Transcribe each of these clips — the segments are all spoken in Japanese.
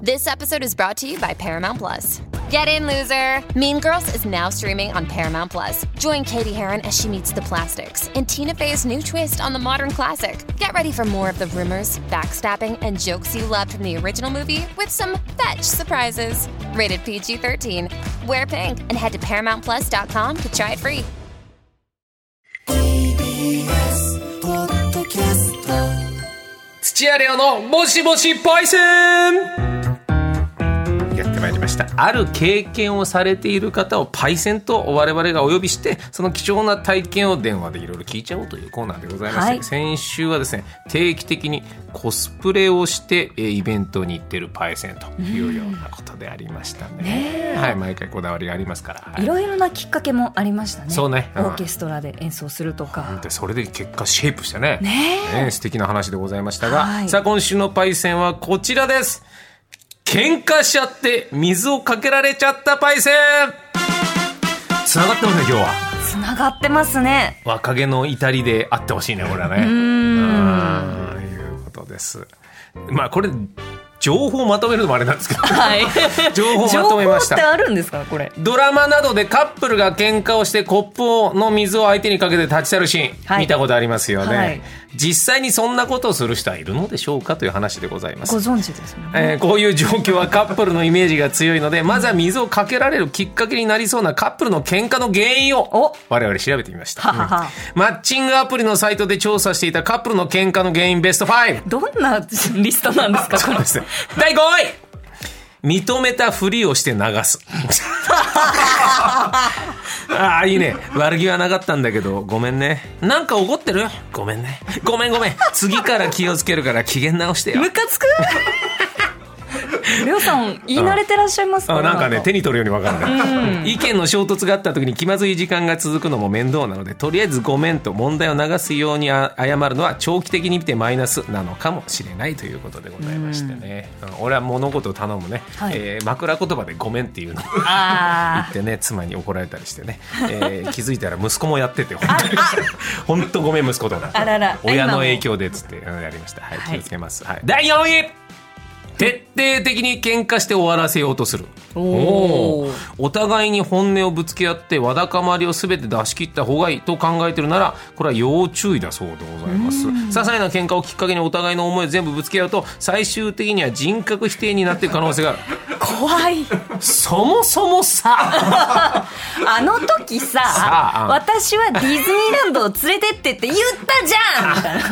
This episode is brought to you by Paramount Plus. Get in, loser! Mean Girls is now streaming on Paramount Plus. Join Katie Heron as she meets the plastics in Tina Fey's new twist on the modern classic. Get ready for more of the rumors, backstabbing, and jokes you loved from the original movie with some fetch surprises. Rated PG 13. Wear pink and head to ParamountPlus.com to try it free. TBS ポッドキャスト土屋レオのもしもしパイセンやってまいりましたある経験をされている方をパイセンと我々がお呼びしてその貴重な体験を電話でいろいろ聞いちゃおうというコーナーでございまして、はい先週はですね定期的にコスプレをしてえーイベントに行ってるパイセンというようなことでありましたね,、はい毎回こだわりがありますから、はいいろいろなきっかけもありましたね。そうねうんオーケストラで演奏するとか。でそれで結果シェイプしたねねね素敵な話でございましたが、はいさあ今週のパイセンはこちらです喧嘩しちゃって水をかけられちゃったパイセンつながってますね今日はつながってますね。若気の至りであってほしいねこれはねうんいうことですまあこれ情報をまとめるのもあれなんですけどはい。情報をまとめました情報ってあるんですかこれ。ドラマなどでカップルが喧嘩をしてコップの水を相手にかけて立ち去るシーン、はい見たことありますよね、はい実際にそんなことをする人はいるのでしょうかという話でございますご存知ですもんね。えーこういう状況はカップルのイメージが強いのでま ずは水をかけられるきっかけになりそうなカップルの喧嘩の原因をお我々調べてみましたはははうんマッチングアプリのサイトで調査していたカップルの喧嘩の原因ベスト5どんなリストなんですかそうでこれ。すね第5位認めたふりをして流す ああいいね悪気はなかったんだけどごめんねなんか怒ってるごめんねごめんごめん次から気をつけるから機嫌直してよムカつくレオさん、言い慣れてらっしゃいますかあなんかね手に取るように分かんない意見の衝突があった時に気まずい時間が続くのも面倒なのでとりあえず「ごめん」と問題を流すようにあ謝るのは長期的に見てマイナスなのかもしれないということでございましてね、うん俺は物事を頼むね、はいえー枕言葉で「ごめん」っていうのを言あってね妻に怒られたりしてね、えー気づいたら息子もやってて本当に 本当ごめん息子とかあらら親の影響でっつってうんやりました、はい、はい気をつけます、はい、第4位徹底的に喧嘩して終わらせようとするーおーーお互いに本音をぶつけ合ってわだかまりを全て出し切った方がいいと考えてるならこれは要注意だそうでございます些細な喧嘩をきっかけにお互いの思いを全部ぶつけ合うと最終的には人格否定になっていく可能性があるー怖い。そもそもさあの時ささあ私はディズニーランドを連れてってって言ったじゃんみたい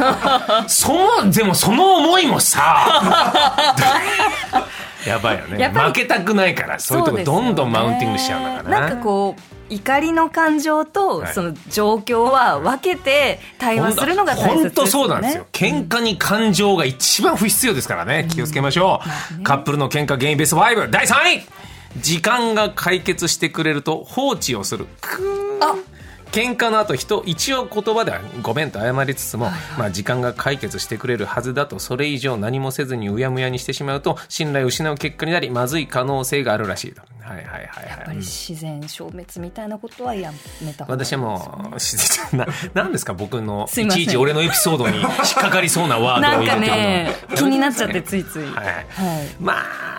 なそのでもその思いもさ やばいよねやっぱり負けたくないからそういうとこどんどんマウンティングしちゃうんだからなんかこう怒りの感情とはいその状況は分けて対話するのが大切本ですよ当ねそうなんですよ。喧嘩に感情が一番不必要ですからね。気をつけましょう。カップルの喧嘩原因ベスト5第3位。時間が解決してくれると放置をする。くーあ喧嘩の後人一応言葉ではごめんと謝りつつも、まあ、時間が解決してくれるはずだとそれ以上何もせずにうやむやにしてしまうと信頼を失う結果になりまずい可能性があるらしいと。はいはいはいはい。やっぱり自然消滅みたいなことはやめた方がいいです私よはもう自然な何ですか僕のすいいませんちいち俺のエピソードに引っかかりそうなワードなをん入かれてねるの気になっちゃってついついはいはいはいま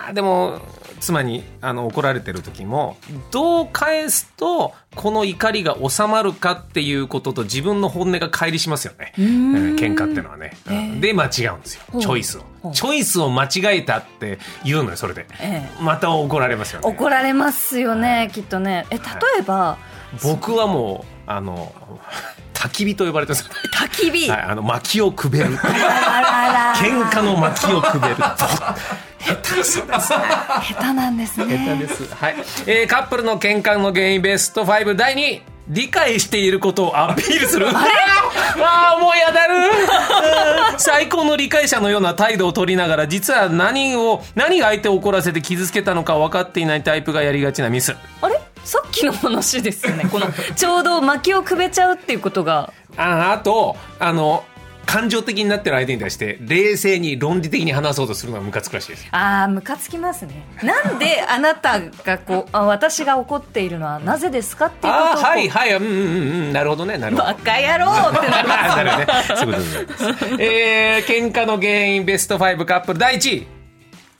あでも妻にあの怒られてる時もどう返すとこの怒りが収まるかっていうことと自分の本音が乖離しますよね、えー喧嘩ってのはね、うんで間違うんですようチョイスほをうチョイスを間違えたって言うのよそれで、えまた怒られますよね怒られますよねきっとねえ例えば僕はもうあの焚き火と呼ばれてます焚き火はい、あの薪をくべ るあらら喧嘩の薪をくべる 下手くそですね下手なんですね下手です、はいえーカップルの喧嘩の原因ベスト5第2位理解していることをアピールするあ あー思い当たるうん最高の理解者のような態度を取りながら実は何を何が相手を怒らせて傷つけたのか分かっていないタイプがやりがちなミスあれさっきの話ですよね。この、ちょうど薪をくべちゃうっていうことが。ああとあの感情的になってる相手に対して冷静に論理的に話そうとするのがムカつくらしいですああ、ムカつきますね。なんであなたがこう、あ私が怒っているのはなぜですかっていうことをあこあう。はいはいうんうんうんなるほどねなるほどバカ野郎って なりまなるほどねそういうことでございますえー喧嘩の原因ベスト5カップル第1位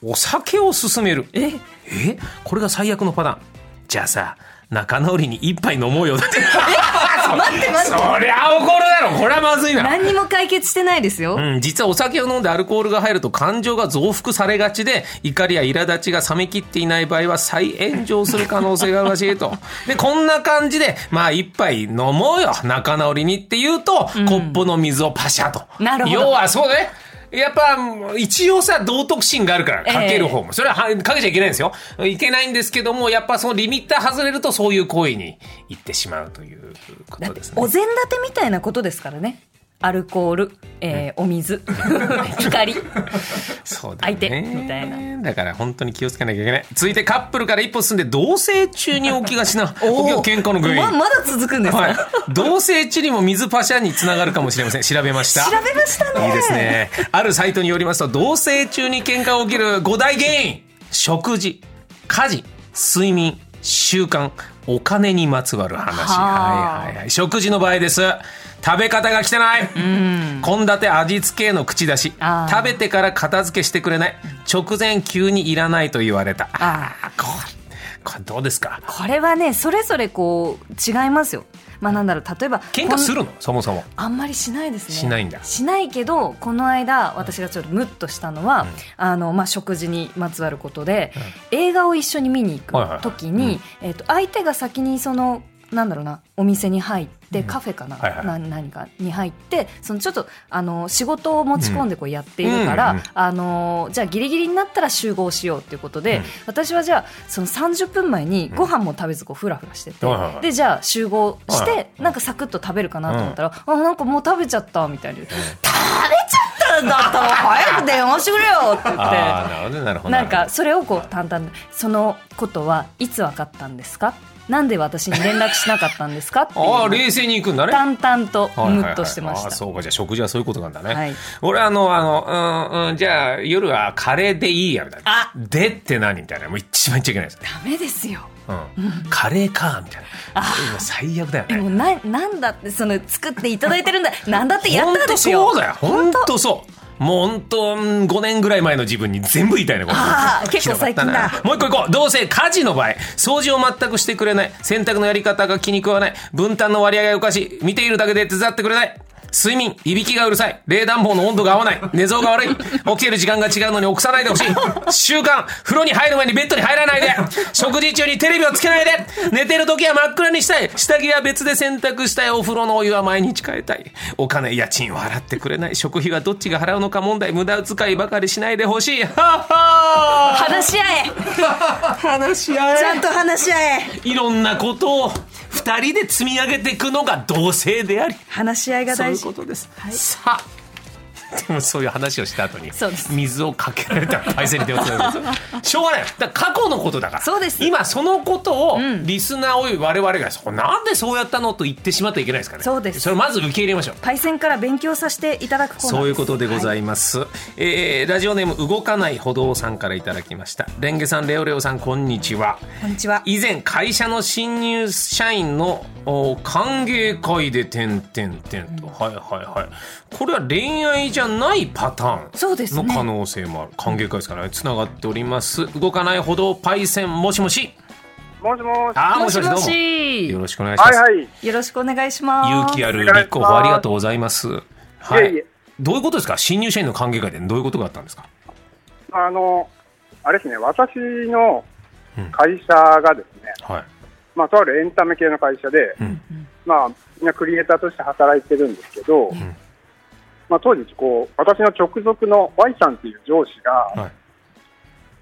お酒を勧めるええこれが最悪のパターンじゃあさ仲直りに一杯飲 もうよだって待って待っそてりゃ怒るだろこれはまずいな何にも解決してないですよ、うん、実はお酒を飲んでアルコールが入ると感情が増幅されがちで怒りや苛立ちが冷めきっていない場合は再炎上する可能性があるらしい とでこんな感じでまあ一杯飲もうよ仲直りにって言うと、コップの水をパシャとなるほど要はそうだねやっぱ、一応さ、道徳心があるから、かける方も。それはは、かけちゃいけないんですよ。いけないんですけども、やっぱそのリミッター外れると、そういう行為に行ってしまうというこだとってですね。お膳立てみたいなことですからねアルコール、えーお水 光そうだよね相手みたいなだから本当に気をつけなきゃいけない続いてカップルから一歩進んで同棲中に起きがち な起きが喧嘩の原因、ままだ続くんですか、はい、同棲中にも水パシャにつながるかもしれません調べました調べましたねいいですねあるサイトによりますと同棲中に喧嘩が起きる5大原因食事家事睡眠習慣お金にまつわる話はあはいはいはい食事の場合です食べ方が汚い献立味付けの口出しあー食べてから片付けしてくれない直前急にいらないと言われたああここれどうですかこれはねそれぞれこう違いますよまあなんだろう例えば喧嘩すこるんのそもそもあんまりしないですねしないんだしないけどこの間私がちょっとムッとしたのは、あのまあ、食事にまつわることで、映画を一緒に見に行はいはいく時に、えっと相手が先にそのなんだろうなお店に入って、カフェかな,、はいはいな何かに入ってそのちょっとあの仕事を持ち込んでこうやっているから、うんうんあのじゃあギリギリになったら集合しようっていうことで、うん私はじゃあその30分前にご飯も食べずこうフラフラしてて、はいはいはいでじゃあ集合しはいはてなんかサクッと食べるかなと思ったら、あなんかもう食べちゃったみたいに、食べちゃったんだったら早く電話してくれよって言ああなるほっどなるほてどなんかそれをこう淡々とそのことはいつ分かったんですかなんで私に連絡しなかったんですかっていうのあをあ冷静に行くんだね淡々とはいはいムはいッとしてましああた。そうかじゃあ食事はそういうことなんだね、はい俺あのあのうんうんじゃあ夜はカレーでいいやみたいなあでって何みたいなもう一番言っちゃいけないです、ダメですようん、カレーかみたいな今最悪だよねでもななんだってその作っていただいてるんだなんだってやったらですよ本当そうだよ本当そうもう本当うん5年ぐらい前の自分に全部言いたいねこれああ結構最近だひどかったなもう一個行こうどうせ家事の場合掃除を全くしてくれない洗濯のやり方が気に食わない分担の割合がおかしい見ているだけで手伝ってくれない睡眠、いびきがうるさい。冷暖房の温度が合わない。寝相が悪い。起きてる時間が違うのに起こさないでほしい。習慣、風呂に入る前にベッドに入らないで。食事中にテレビをつけないで。寝てる時は真っ暗にしたい。下着は別で洗濯したい。お風呂のお湯は毎日変えたい。お金、家賃を払ってくれない。食費はどっちが払うのか問題。無駄遣いばかりしないでほしい。はっはー話し合え話し合ちゃんと話し合え いろんなことを二人で積み上げていくのが同性であり話し合いがそうい大う事ことです、さあ でもそういう話をした後にそうです水をかけられたらパイセンに手をつないでるんですよ しょうがないだから過去のことだからそうです今そのことをリスナーおよび我々が、そこなんでそうやったのと言ってしまってはいけないですからねそうですそれをまず受け入れましょうパイセンから勉強させていただくコーナーそういうことでございいます、えーラジオネーム動かない歩道さんからいただきましたレンゲさんレオレオさんこんにちはこんにちは以前会社の新入社員のお歓迎会で点々点と、はいはいはいこれは恋愛じゃないパタそうでーすンのね可能性もある、歓迎会ですからねつながっております動かない歩道パイセンもしもしもしもし。あーもしもどうもしよろしくお願いしまはいす、はい。よろしくお願いします勇気ある立候補ありがとうございますはいいえいえどういうことですか新入社員の歓迎会でどういうことがあったんですかあの、あれですね、私の会社がですね、はいまあ、とあるエンタメ系の会社で、うんまあ、みんなクリエイターとして働いてるんですけど、まあ、当時、こう、私の直属の Y さんっていう上司が、はい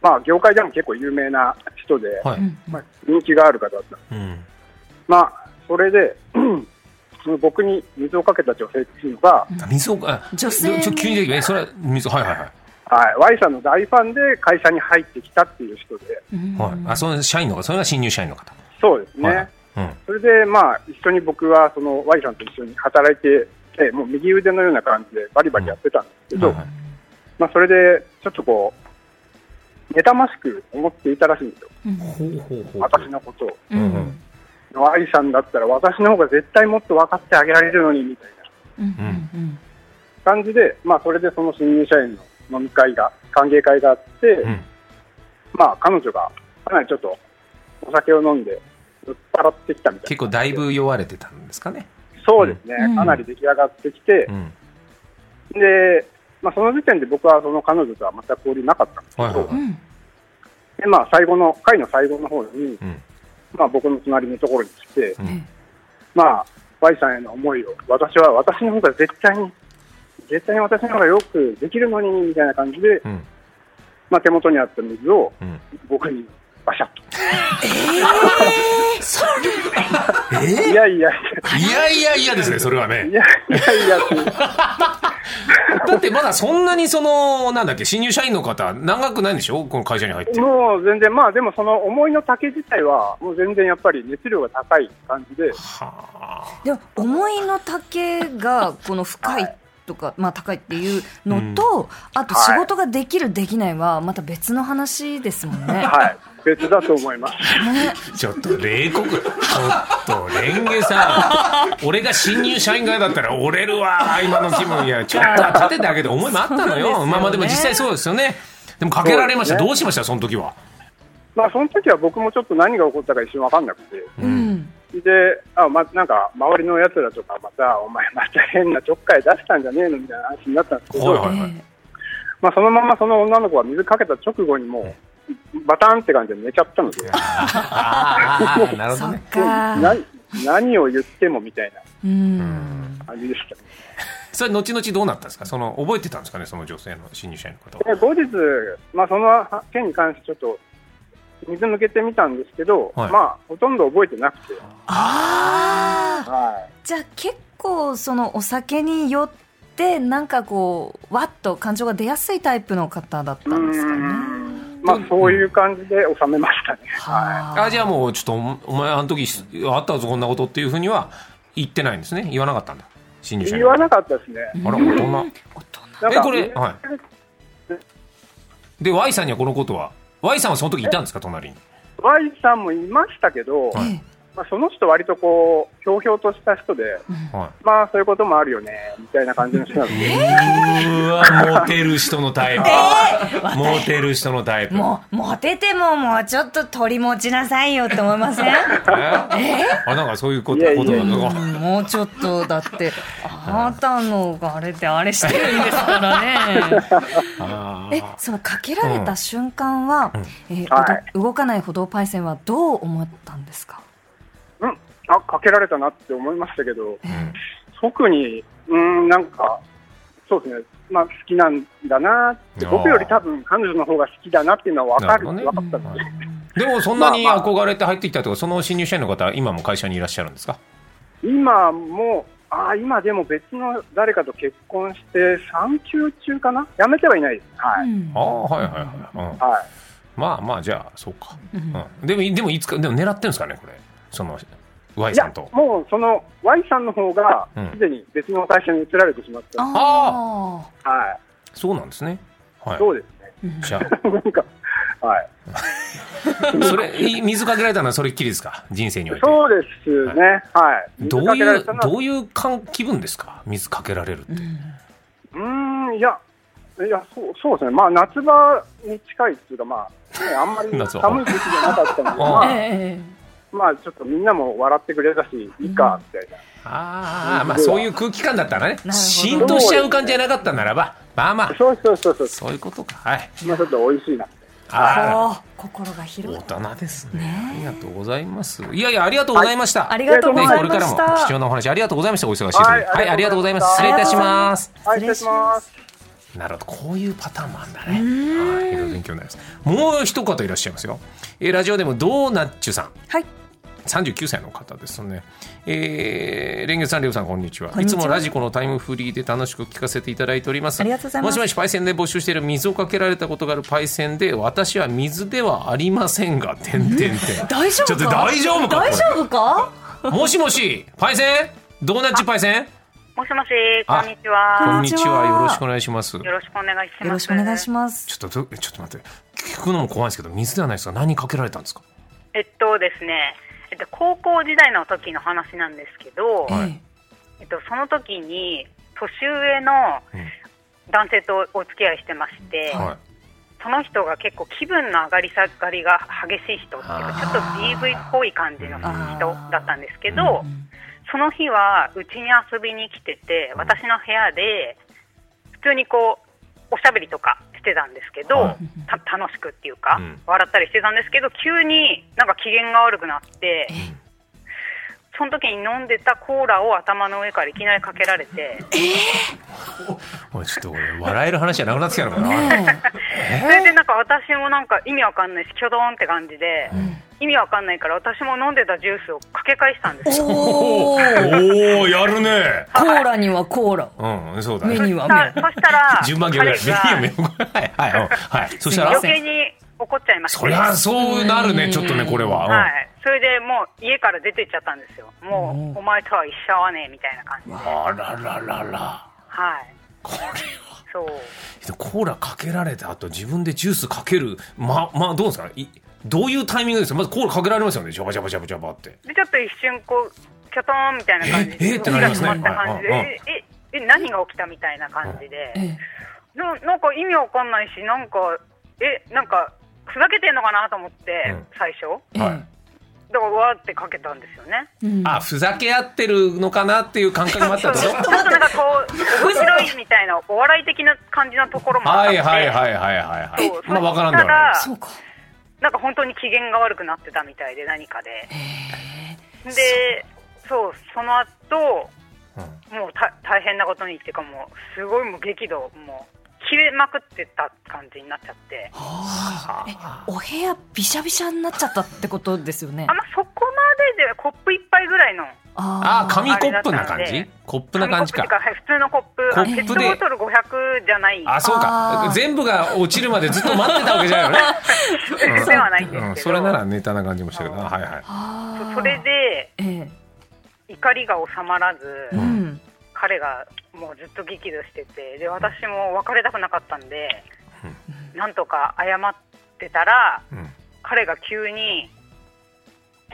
まあ、業界でも結構有名な人で、はいまあ、人気がある方だった。うんまあ、それで、 僕に水をかけた女性っていうのが、水をあ女性にちょ急に出てきてえそれは水はいはいはいはい、Y さんの大ファンで会社に入ってきたっていう人で、はい、あその社員の方それが新入社員の方、そうですね。はいうん、それで、まあ、一緒に僕はその Y さんと一緒に働いてて、もう右腕のような感じでバリバリやってたんですけど、はいはいまあ、それでちょっとこう、妬ましく思っていたらしいんですよ、ほうほうほう私のことを。うんうんう Y さんだったら、私の方が絶対もっと分かってあげられるのにみたいなうんうん感じで、まあ、それでその新入社員の飲み会が、歓迎会があって、んまあ、彼女がかなりちょっとお酒を飲んで、酔っ払ってきたみたいな。結構だいぶ酔われてたんですかね。そうですね、うんかなり出来上がってきてう、ん。で、まあ、その時点で僕はその彼女とは全く交流なかったんですけど、はいはいはうんでまあ、最後の、会の最後の方に、うん。まあ、僕の隣のところに来て、うんまあ、Y さんへの思いを、私は私の方が絶対に、絶対に私の方がよくできるのに、みたいな感じで、うん。まあ、手元にあった水をうん。僕にバシャッと。えいやいや、いやいやいやですね、それはねい。やいやいやって、だってまだそんなにその、なんだっけ、新入社員の方、長くないんでしょこの会社に入って。もう全然、まあでもその思いの丈自体は、もう全然やっぱり熱量が高い感じで、はでも思いの丈がこの深いとか、まあ、高いっていうのと、あと仕事ができるできないはまた別の話ですもんね。はい、別だと思います。あ。ちょっと冷酷。ちょっと、レンゲさん。俺が新入社員側だったら折れるわ、今の気分。いや、ちょっと当ててあげて思いもあったのそうですよ。よねまあまあでも実際そうですよね。でもかけられました。どうしましたその時は。まあその時は僕もちょっと何が起こったか一瞬わかんなくて、うん、で、あま、なんか、周りのやつらとか、また、お前、また変なちょっかい出したんじゃねえのみたいな話になったんですけど、はいはいえはい。えまあ、そのままその女の子は水かけた直後にもう、バタンって感じで寝ちゃったので、あーあー、なるほそどっね。か、何何を言ってもみたいうん、な感じでしたね。それ後々どうなったんですかその、覚えてたんですかねその女性の新入社員の方は。で後日、まあ、その件に関してちょっと、水向けてみたんですけど、はいまあ、ほとんど覚えてなくて、ああはじゃあ結構そのお酒によってなんかこうわっと感情が出やすいタイプの方だっい。たんですかね。んまあ、そういう感じで収めましたね。はいはああじゃあもうちょっとおお前あの時しあったぞこんなことっていうふうには言ってないんですね言わなかったんだ新入社員言わなかったですね。あら大人大人なんえかこれはで Y さんにはこのことは Y さんはその時いたんですか隣に Y さんもいましたけど、はいえまあ、その人割とこうひょうひょうとした人で、はまあそういうこともあるよねみたいな感じの人なんいで、うわモテる人のタイプモテる人のタイえプもうモテてももうちょっと取り持ちなさいよって思いませんえあなんかそういうこといやいやことがうんもうちょっとだってあなたのがあれってあれしてるんですからねあえそのかけられた瞬間は、えーはいおど動かない歩道パイセンはどう思ったんですかうん、あかけられたなって思いましたけど、ん特にうんなんかそうですね、まあ、好きなんだなってあー僕より多分彼女の方が好きだなっていうのは分かるなるほ分どかねったのでで、もそんなにまあまあ憧れて入ってきたとかその新入社員の方は今も会社にいらっしゃるんですか今もああ今でも別の誰かと結婚して産休中かなやめてはいないです、はいうんああはいはいはい、うん、はい、まあまあじゃあそうか、うんうん、でもでもいつかでも狙ってるんですかねこれその Y いさんやともうその Y さんの方がうんすでに別の会社に移られてしまった、あはいそうなんですねはいそうです ね。じゃなんか、はい。あそれい水かけられたのはそれっきりですか人生においてそうですね。はい。どう水かけらいれうたのはどういう感気分ですか水かけられるって、うーん、いや、いや、そう、そうですね。まあ、夏場に近いっていうか、まあ、ね、あんまり 夏場寒い時期じゃな かったので、あまああえあ、ええまあ、ちょっとみんなも笑ってくれたし、いいか、みたいな。ああまあそういう空気感だったらねほど浸透しちゃう感じじゃなかったならばまあまあそうそうそうそう。そういうことかはいまあ、ちょっと美味しいな。ああおー心が広い大人ですねありがとうございますいやいやありがとうございました、ありがとうごね、ざこれいまからもし貴重た。なお話ありがとうございましたお忙しい時にはい、はいあありりががととううござございいまますす失礼いたしますはい、失礼します。なるほどこういうパターンもあんだねはいいろいろ勉強になりますもう一方いらっしゃいますよえーラジオでもドーナッチュさんはい。 39歳の方ですね。えー、レンゲさん、りょうさん、こんにちは。んいにちつはもラジコのタイムフリーで楽しく聞かせていただいております。ありがとうございますもしもし、パイセンで募集している水をかけられたことがあるパイセンで、私は水ではありませんが、てん てんてん。大丈夫かちょっと大丈夫かこれ大丈夫かもしもし、パイセンドーナッチュパイセンもしもし、あこんにちは。こんんににちはちは。よろしくお願いします。よろしくお願いします。よろしくお願いしまます。ちょっとど、ちょっと待って。聞くのも怖いですけど、水ではないですが、何かけられたんですかす。えっとですね、えっと、高校時代の時の話なんですけど、はいえええっと、その時に、年上の男性とお付き合いしてまして、はい。その人が結構気分の上がり下がりが激しい人っていうあかーちょっと DV っぽい感じの人だったんですけあどその日はうちに遊びに来てて私の部屋で普通にこうおしゃべりとかしてたんですけど、はいた楽しくっていうか、うん笑ったりしてたんですけど急になんか機嫌が悪くなってその時に飲んでたコーラを頭の上からいきなりかけられて。おいちょっとこれ笑える話じゃなくなってきたのかな。ねそれでなんか私もなんか意味わかんないし、キョドーンって感じで、意味わかんないから私も飲んでたジュースをかけ返したんですよ。おおーーやるね。コーラにはコーラうん、そうだ目ね。にはさ目あそした ら、順番逆だよ。彼がメニュー目はい、はい、うんはい。そしたすいらま余せん計に怒っちゃいました、そりゃそうなるね、ちょっとね、これは。うんはい。それでもう家から出てっちゃったんですよ。もう、お前とは一緒はねえみたいな感じで。はい。あらららら。これは。そう。コーラかけられた後、自分でジュースかける。ま、まあ、どうですかいどういうタイミングですかまずコーラかけられますよね。ジャバジャバジャバジャバって。で、ちょっと一瞬こう、キョトーンみたいな感じで、ええってなりますね動きが止まった感じで、はいはいえ、え、え、何が起きたみたいな感じで。えななんか意味わかんないしなんかえなんかふざけてんのかなと思って、うん最初えはい。だからわーってかけたんですよねうんあ、ふざけ合ってるのかなっていう感覚もあったってちょことっとなんかこう面白いみたいなお笑い的な感じなところもあ はったいはいいはいはいはいそはうい。まあ、わからんではなそしたい。らそうかなんか本当に機嫌が悪くなってたみたいで何かででそうその後、もうた大変なことにっていうかもうすごいもう激怒もう切れまくってた感じになっちゃってお部屋びしゃびしゃになっちゃったってことですよねあんまそこまででコップ一杯ぐらいのああー、紙コップなあ感れだったんじでコップな感じか紙コップっていう。はい普通のコップ。コップコッでプペットボトル500じゃない。あ、そうあかー。全部が落ちるまでずっと待ってたわけじゃないよでね。はないんですけど、うん、それならネタな感じもしたけどな、はいはい。あそれでええ怒りが収まらず、うん彼がもうずっと激怒してて、で私も別れたくなかったんで、なんとか謝ってたら、うん彼が急に、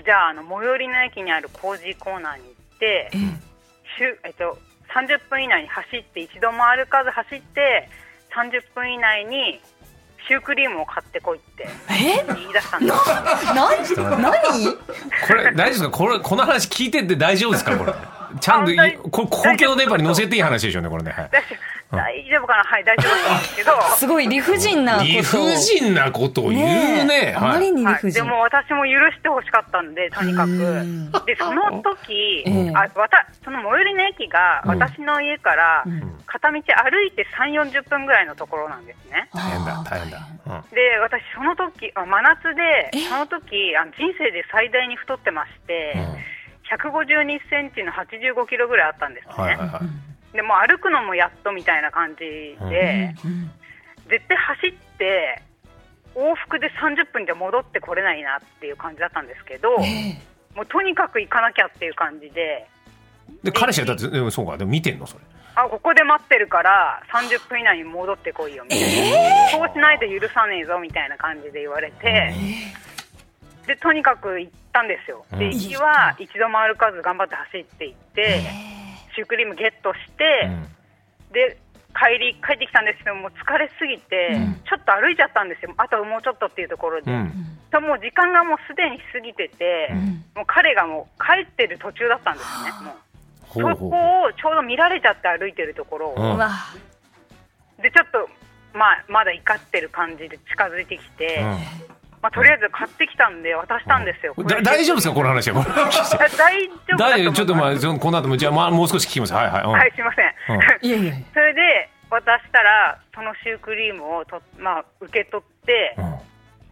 じゃああの最寄りの駅にある工事コーナーに行って、しゅえっと30分以内に走って一度も歩かず走って30分以内にシュークリームを買ってこいってえ言い出したんですよ。何何これ大丈夫ですかこれ、この話聞いてって大丈夫ですかこれ。ちゃんといあ大、これ公共の電波に載せていい話でしょうね、これね。はい大丈夫大丈夫かなはい大丈夫なんですけど、すごい理不尽なことを理不尽なことを言うね。あまはりい。に理は不い、で尽も私も許してほしかったんでとにかくうんでその時、ええあわたその最寄りの駅が私の家から片道歩いて3 4 0分ぐらいのところなんですね。大変だ、大変だ。うんで私その時あ真夏でその時あの人生で最大に太ってまして、152センチの85キロぐらいあったんですね、はいはいはい。でもう歩くのもやっとみたいな感じで、絶対走って往復で30分じゃ戻ってこれないなっていう感じだったんですけど、もうとにかく行かなきゃっていう感じでで、彼氏はだって、でもそうか、でも見てんのそれ。あここで待ってるから30分以内に戻ってこいよみたいな、そうしないと許さねえぞみたいな感じで言われて、でとにかく行ったんですよ、で行きは一度も歩かず頑張って走って行って、シュークリームゲットして、で帰り帰ってきたんですけどもう疲れすぎて、ちょっと歩いちゃったんですよあともうちょっとっていうところで、うん。ともう時間がもうすでに過ぎてて、もう彼がもう帰ってる途中だったんですねもう。ほうそほこうをほちょうど見られちゃって歩いてるところを、う。うん。わでちょっと、まあ、まだ怒ってる感じで近づいてきて、うんまあ、とりあえず買ってきたんで渡したんですよ、こだれ大丈夫ですかこの話は。これだ大丈夫だ大丈夫ちとょっと思いままあ、そのこの後も、じゃあ、まあ、もう少し聞きます。はいはい。うんすはいすいません、いやいやいや それで渡したらそのシュークリームをと、まあ、受け取って、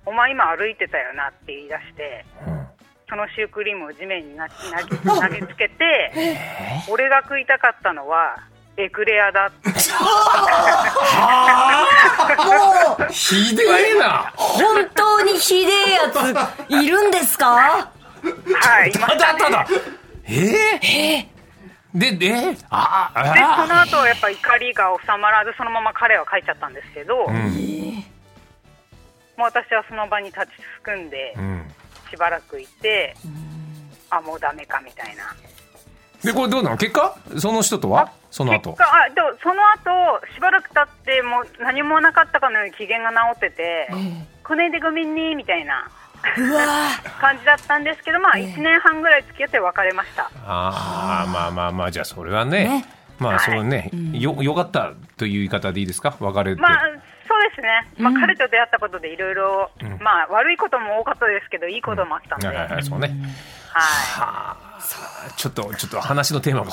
お前今歩いてたよなって言い出して、そのシュークリームを地面にな投 げ投げつけて俺が食いたかったのはエクレアだって ひでえな本当にひでえやついるんですかはいいまたしだたただえー、で、で、ああ、であその後はやっぱ怒りが収まらずそのまま彼は帰っちゃったんですけど、もう私はその場に立ちすくんでんしばらくいて、あもうダメかみたいなで、これどうなの結果その人とはその後結。果あでもその後しばらく経ってもう何もなかったかのように機嫌が治ってて、この間ごめんねみたいな感じだったんですけど、まあ、1年半ぐらい付き合って別れました、ああ、まあまあまあ、じゃあそれはね。ねまあそうね、よ、よかったという言い方でいいですか別れて。まあそうですね、まあ、彼と出会ったことでいろいろまあ悪いことも多かったですけどいいこともあったんで、はいはいはいはい、そうね。ちょっと、ちょっと話のテーマが。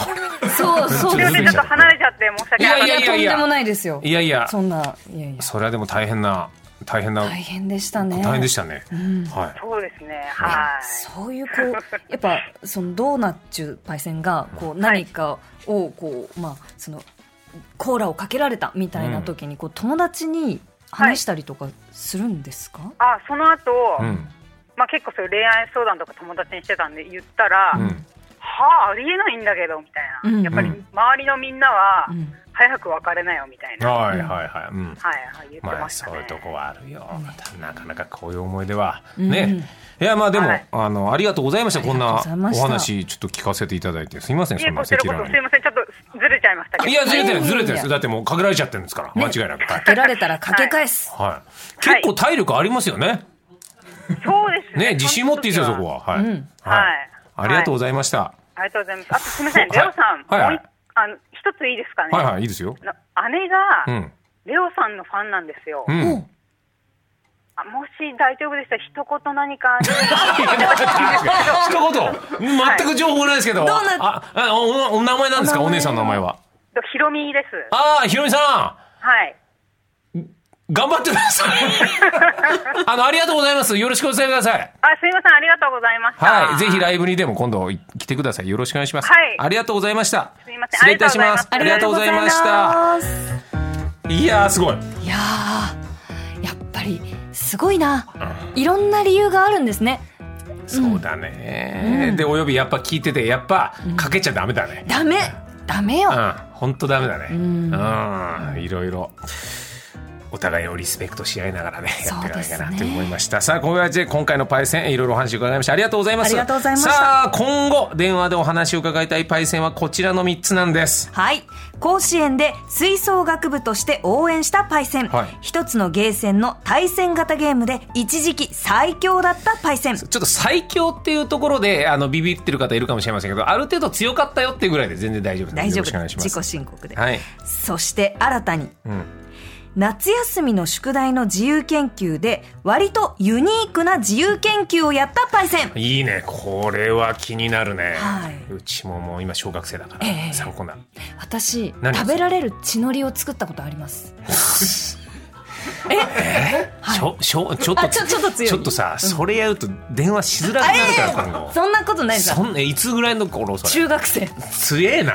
そうそうすいでますせんちょっと離れちゃって申し訳いなやいいやいやとんでもないですよいやいや、 そんないやいやそれはでも大変な、大変な、大変でしたね大変でしたね。はい。そうですねはいそういうこうやっぱそのドーナツパイセンがこう何かをこう、まあそのコーラをかけられたみたいな時にこう友達に話したりとかするんですか？あその後、うん。まあ結構そういう恋愛相談とか友達にしてたんで言ったら、うん。はあありえないんだけどみたいな、うんやっぱり周りのみんなは、ん早く別れなよみたいな、はいはいはい。うん。はいはい言ってままあしたそうね、いうとこはあるよ、またなかなかこういう思い出はね、いやまあでも、はいあのありがとうございましたこんなありがとうございましおた話ちょっと聞かせていただいてすいませんいそえんこなちら赤こ裸そ々すいませんちょっとずれちゃいましたけどにいやずれてるいやいやいやずれてるだってもう限られちゃってるんですから、間違いなく はいかけられたらかけ返す。はい、結構体力ありますよね。そうですねね、自信持っていいですよ、そこは。はい。はいありがとうございました。ありがとうございますあとすみませんはいレオさん、はいはいもう一あの一ついいですかね、はいはい、いいですよ。の姉が、うん。レオさんのファンなんですよ、うん。あもし大丈夫でしたら一言何 かあれば一言、全く情報ないですけど。どうなあ、あお、お名前なんですか、お名前お姉さんの名前は。ヒロミですああ、ひろみさはいん、頑張ってくだ さい。あの、ありがとうございます。よろしくお伝えください。あすみませんありがとうございましたはい。ぜひライブにでも今度来てください。よろしくお願いします。はいありがとうございました。すいません失礼いたします。あありりががととううごござざいいままししたた。すいやー、すごい。いやーやっぱりすごいな。いろんな理由があるんですね。そうだね、で、およびやっぱ聞いてて、やっぱかけちゃダメだね。ダメダメよ。うん、本当ダメだね。うん、いろいろ。お互いをリスペクトし合いながらね、やっていかなきゃそうなですとね思いました。さあ、これはじゃあ今回のパイセン、いろいろお話伺いました。ありがとうございます。ありがとうございましたさあ、今後、電話でお話を伺いたいパイセンはこちらの3つなんです。はい。甲子園で吹奏楽部として応援したパイセン。はい一つのゲーセンの対戦型ゲームで一時期最強だったパイセン。ちょっと最強っていうところで、あの、ビビってる方いるかもしれませんけど、ある程度強かったよっていうぐらいで全然大丈夫です。大丈よろしくお夫願いしま自己す。申告で。はい。そして新たに、ん夏休みの宿題の自由研究で割とユニークな自由研究をやったパイセン。いいね。これは気になるね。はいうちももう今小学生だから、ええ参考になる。私何食べられる血のりを作ったことあります。ちょ、ちょ、ちょっあと、ちょちょっと強いちょっとさ、それやると電話しづらくなるから、今後。そんなことないですそんないつぐらいの頃それ中学生。強え な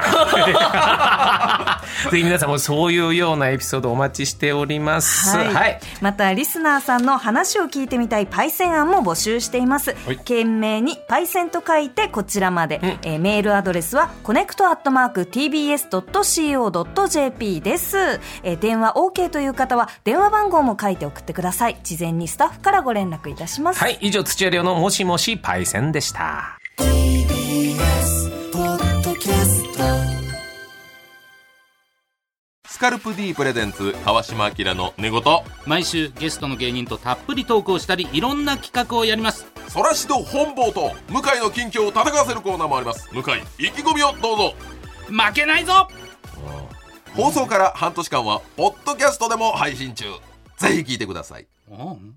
ぜひ皆さんもそういうようなエピソードお待ちしておりますはい、またリスナーさんの話を聞いてみたいパイセン案も募集しています、い懸命にパイセンと書いてこちらまで、えーメールアドレスはコネクトアットマーク tbs.co.jp です、えー電話 OK という方は電話番号も書いて送ってください事前にスタッフからご連絡いたします、はい、以上土屋亮のもしもしパイセンでしたポッドキャストスカルプ D プレゼンツ川島明の寝言毎週ゲストの芸人とたっぷりトークをしたりいろんな企画をやりますそらしど本坊と向井の近況を戦わせるコーナーもあります向井意気込みをどうぞ負けないぞ放送から半年間はポッドキャストでも配信中ぜひ聞いてくださいうん